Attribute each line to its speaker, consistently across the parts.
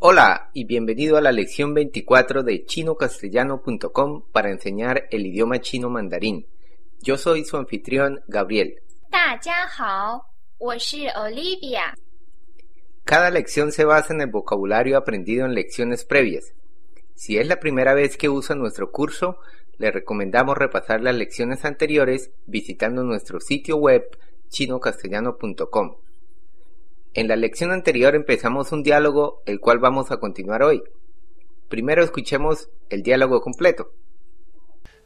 Speaker 1: Hola y bienvenido a la lección 24 de chinocastellano.com para enseñar el idioma chino mandarín. Yo soy su anfitrión Gabriel.
Speaker 2: 大家好，我是 Olivia。
Speaker 1: Cada lección se basa en el vocabulario aprendido en lecciones previas. Si es la primera vez que usa nuestro curso, le recomendamos repasar las lecciones anteriores visitando nuestro sitio web chinocastellano.com. En la lección anterior empezamos un diálogo, el cual vamos a continuar hoy. Primero escuchemos el diálogo completo.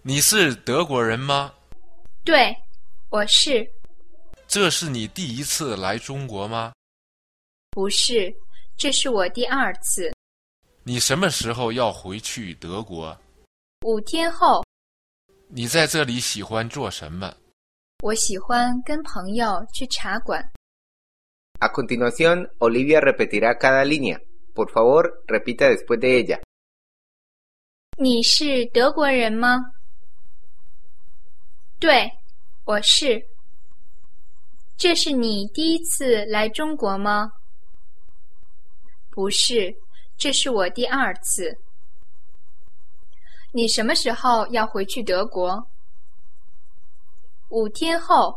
Speaker 3: 你是德国人吗？
Speaker 2: 对，我是
Speaker 3: 这是你第一次来中国吗？
Speaker 2: 不是？这是我第二次，
Speaker 3: 你什么时候要回去德国？
Speaker 2: 五天后。
Speaker 3: 你在这里喜欢做什么？
Speaker 2: 我喜欢跟朋友去茶馆。
Speaker 1: A continuación, Olivia repetirá cada línea. Por favor, repita después de ella.
Speaker 2: 你是德国人吗？对，我是。这是你第一次来中国吗？不是，这是我第二次。你什么时候要回去德国？五天后。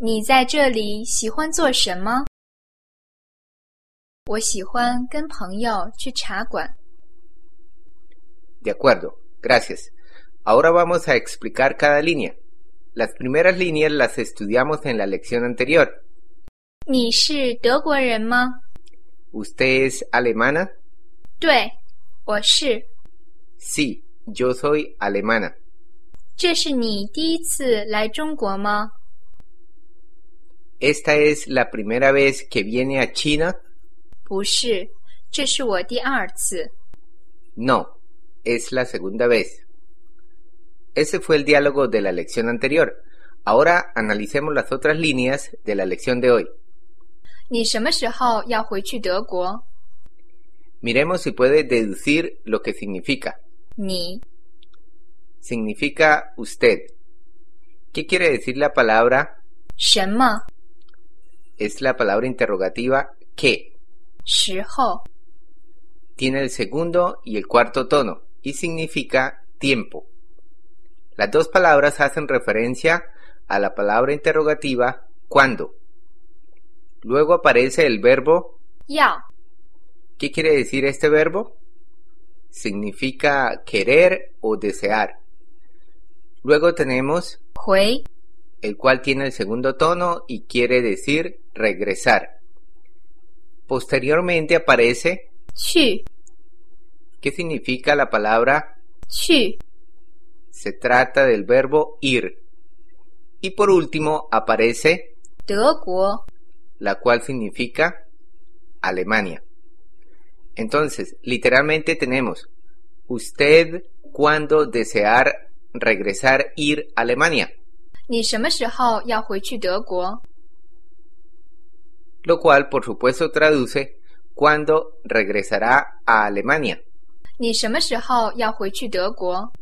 Speaker 2: 你在这里喜欢做什么？我喜欢跟朋友去茶馆。
Speaker 1: De acuerdo, gracias. Ahora vamos a explicar cada línea. Las primeras líneas las estudiamos en la lección anterior.
Speaker 2: 你是德国人吗？
Speaker 1: ¿Usted es alemana?
Speaker 2: 对，我是。
Speaker 1: Sí, yo soy alemana.
Speaker 2: 这是你第一次来中国吗？
Speaker 1: ¿Esta es la primera vez que viene a China?
Speaker 2: 不是，这是我第二次。
Speaker 1: No, es la segunda vez. Ese fue el diálogo de la lección anterior. Ahora analicemos las otras líneas de la lección de hoy.
Speaker 2: 你什么时候要回去德国？
Speaker 1: Miremos si puede deducir lo que significa.
Speaker 2: 你
Speaker 1: Significa usted. ¿Qué quiere decir la palabra?
Speaker 2: 什么
Speaker 1: Es la palabra interrogativa que.
Speaker 2: 时候？
Speaker 1: Tiene el segundo y el cuarto tono y significa tiempo. Las dos palabras hacen referencia a la palabra interrogativa cuándo. Luego aparece el verbo
Speaker 2: 要
Speaker 1: ¿Qué quiere decir este verbo? Significa querer o desear. Luego tenemos
Speaker 2: 回
Speaker 1: el cual tiene el segundo tono y quiere decir regresar. Posteriormente aparece
Speaker 2: 去
Speaker 1: ¿Qué significa la palabra?
Speaker 2: 去
Speaker 1: Se trata del verbo ir. Y por último aparece
Speaker 2: 德国。
Speaker 1: la cual significa Alemania. Entonces, literalmente tenemos, usted cuando desear regresar, ir a Alemania,
Speaker 2: 你什么时候要回去德国？
Speaker 1: lo cual por supuesto traduce cuando regresará a Alemania.
Speaker 2: 你什么时候要回去德国？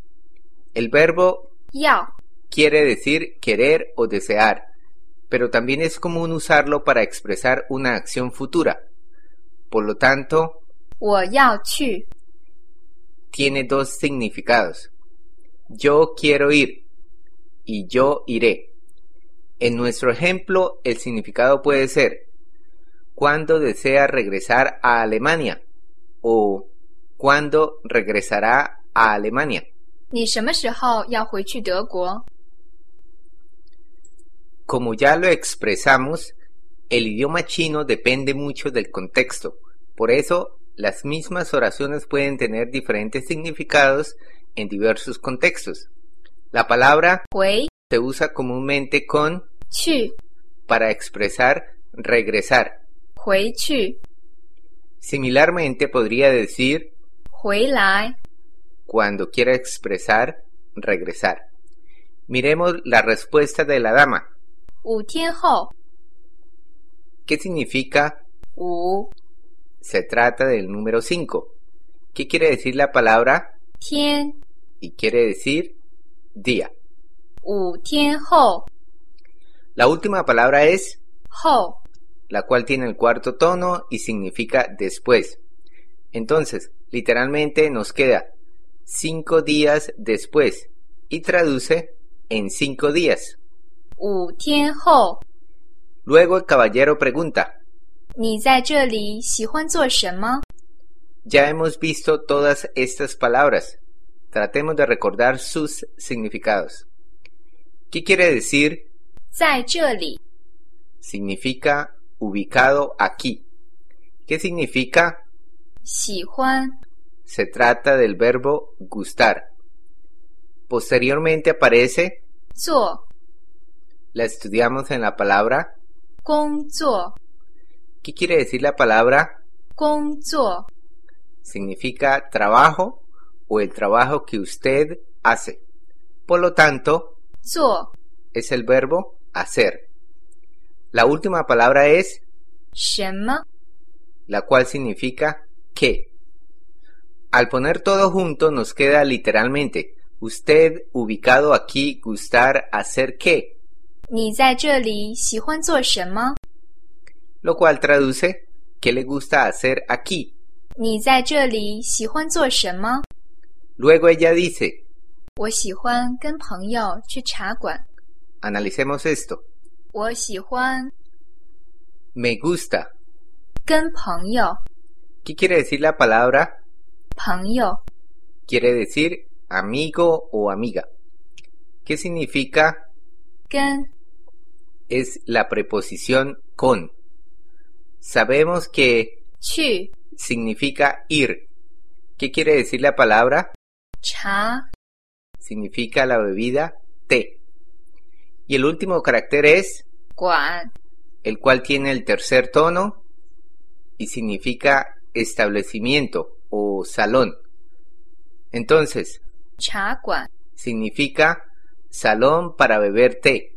Speaker 1: El verbo
Speaker 2: 要
Speaker 1: quiere decir querer o desear, pero también es común usarlo para expresar una acción futura. Por lo tanto,
Speaker 2: 我要去。
Speaker 1: tiene dos significados. Yo quiero ir y yo iré. En nuestro ejemplo, el significado puede ser cuando desea regresar a Alemania o cuando regresará a Alemania.
Speaker 2: 你什么时候要回去德国？
Speaker 1: Como ya lo expresamos, el idioma chino depende mucho del contexto. Por eso, las mismas oraciones pueden tener diferentes significados en diversos contextos. La palabra
Speaker 2: 回
Speaker 1: se usa comúnmente con
Speaker 2: 去，
Speaker 1: para expresar regresar.
Speaker 2: 回去，
Speaker 1: Similarmente podría decir
Speaker 2: 回来。
Speaker 1: cuando quiera expresar regresar. Miremos la respuesta de la dama.
Speaker 2: 五天后，
Speaker 1: ¿Qué significa
Speaker 2: 五
Speaker 1: se trata del número 5? ¿Qué quiere decir la palabra
Speaker 2: 天，
Speaker 1: y quiere decir día?
Speaker 2: 五天后，
Speaker 1: La última palabra es
Speaker 2: 后，
Speaker 1: la cual tiene el cuarto tono y significa después. Entonces, literalmente nos queda cinco días después y traduce en cinco días.
Speaker 2: 五天后，
Speaker 1: Luego el caballero pregunta,
Speaker 2: 你在这里喜欢做什么？
Speaker 1: ya hemos visto todas estas palabras. Tratemos de recordar sus significados. ¿Qué quiere decir?
Speaker 2: 在这里，
Speaker 1: Significa ubicado aquí. ¿Qué significa?
Speaker 2: 喜欢，
Speaker 1: Se trata del verbo gustar. Posteriormente aparece,
Speaker 2: 做，
Speaker 1: la estudiamos en la palabra.
Speaker 2: 工作，
Speaker 1: ¿Qué quiere decir la palabra?
Speaker 2: 工作，
Speaker 1: Significa trabajo o el trabajo que usted hace. Por lo tanto,
Speaker 2: 做，
Speaker 1: es el verbo hacer. La última palabra es
Speaker 2: 什么？
Speaker 1: la cual significa que. Al poner todo junto nos queda literalmente usted ubicado aquí gustar hacer qué,
Speaker 2: 你在这里喜欢做什么？
Speaker 1: lo cual traduce qué le gusta hacer aquí.
Speaker 2: 你在这里喜欢做什么？
Speaker 1: Luego ella dice,
Speaker 2: 我喜欢跟朋友去茶馆。
Speaker 1: analicemos esto,
Speaker 2: 我喜欢
Speaker 1: me gusta.
Speaker 2: 跟朋友，
Speaker 1: ¿Qué quiere decir la palabra?
Speaker 2: 朋友，
Speaker 1: Quiere decir amigo o amiga. ¿Qué significa
Speaker 2: 跟
Speaker 1: es la preposición con. Sabemos que
Speaker 2: 去
Speaker 1: significa ir. ¿Qué quiere decir la palabra?
Speaker 2: 茶
Speaker 1: Significa la bebida té. Y el último carácter es
Speaker 2: 馆，
Speaker 1: el cual tiene el tercer tono y significa establecimiento o salón. Entonces,
Speaker 2: 茶馆，
Speaker 1: significa salón para beber té.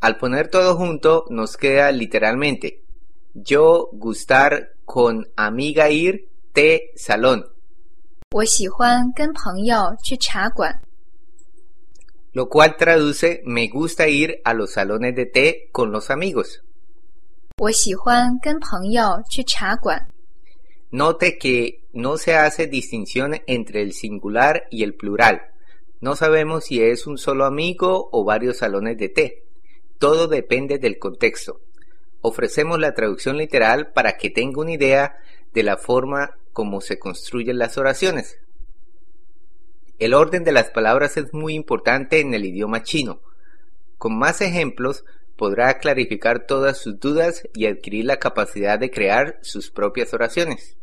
Speaker 1: Al poner todo junto nos queda literalmente yo gustar con amiga ir té salón,
Speaker 2: 我喜欢跟朋友去茶馆。
Speaker 1: lo cual traduce me gusta ir a los salones de té con los amigos.
Speaker 2: 我喜欢跟朋友去茶馆。
Speaker 1: Note que no se hace distinción entre el singular y el plural. No sabemos si es un solo amigo o varios salones de té. Todo depende del contexto. Ofrecemos la traducción literal para que tenga una idea de la forma como se construyen las oraciones. El orden de las palabras es muy importante en el idioma chino. Con más ejemplos podrá clarificar todas sus dudas y adquirir la capacidad de crear sus propias oraciones.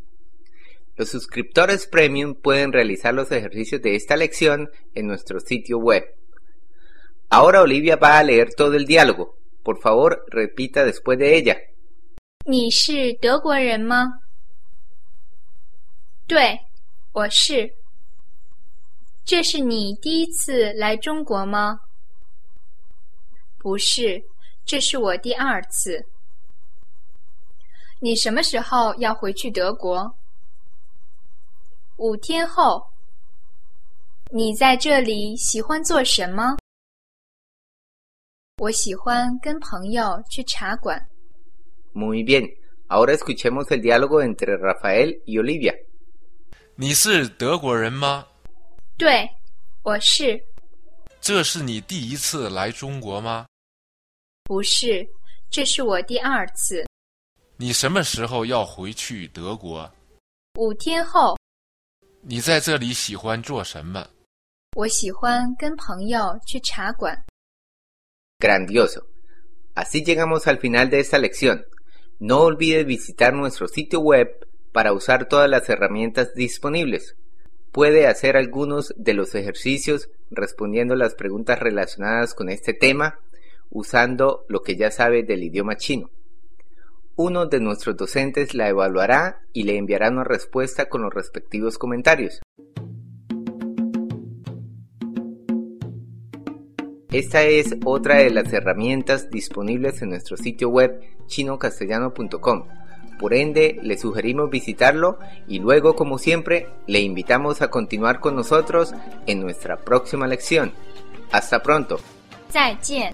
Speaker 1: Los suscriptores premium pueden realizar los ejercicios de esta lección en nuestro sitio web. Ahora Olivia va a leer todo el diálogo. Por favor, repita después de ella.
Speaker 2: 你是德国人吗？对，我是。这是你第一次来中国吗？不是，这是我第二次。你什么时候要回去德国？五天后。你在这里喜欢做什么？我喜欢跟朋友去茶馆。
Speaker 1: Muy bien. Ahora escuchemos el diálogo entre Rafael y Olivia.
Speaker 3: 你是德国人吗？
Speaker 2: 对，我是，
Speaker 3: 这是你第一次来中国吗？
Speaker 2: 不是，这是我第二次。
Speaker 3: 你什么时候要回去德国？
Speaker 2: 五天后，
Speaker 3: 你在这里喜欢做什么？
Speaker 2: 我喜欢跟朋友去茶馆。
Speaker 1: Grandioso. Así llegamos al final de esta lección. No olvides visitar nuestro sitio web para usar todas las herramientas disponibles. Puede hacer algunos de los ejercicios respondiendo las preguntas relacionadas con este tema usando lo que ya sabe del idioma chino. Uno de nuestros docentes la evaluará y le enviará una respuesta con los respectivos comentarios. Esta es otra de las herramientas disponibles en nuestro sitio web chinocastellano.com. Por ende, le sugerimos visitarlo y luego, como siempre, le invitamos a continuar con nosotros en nuestra próxima lección. Hasta pronto.
Speaker 2: 再见。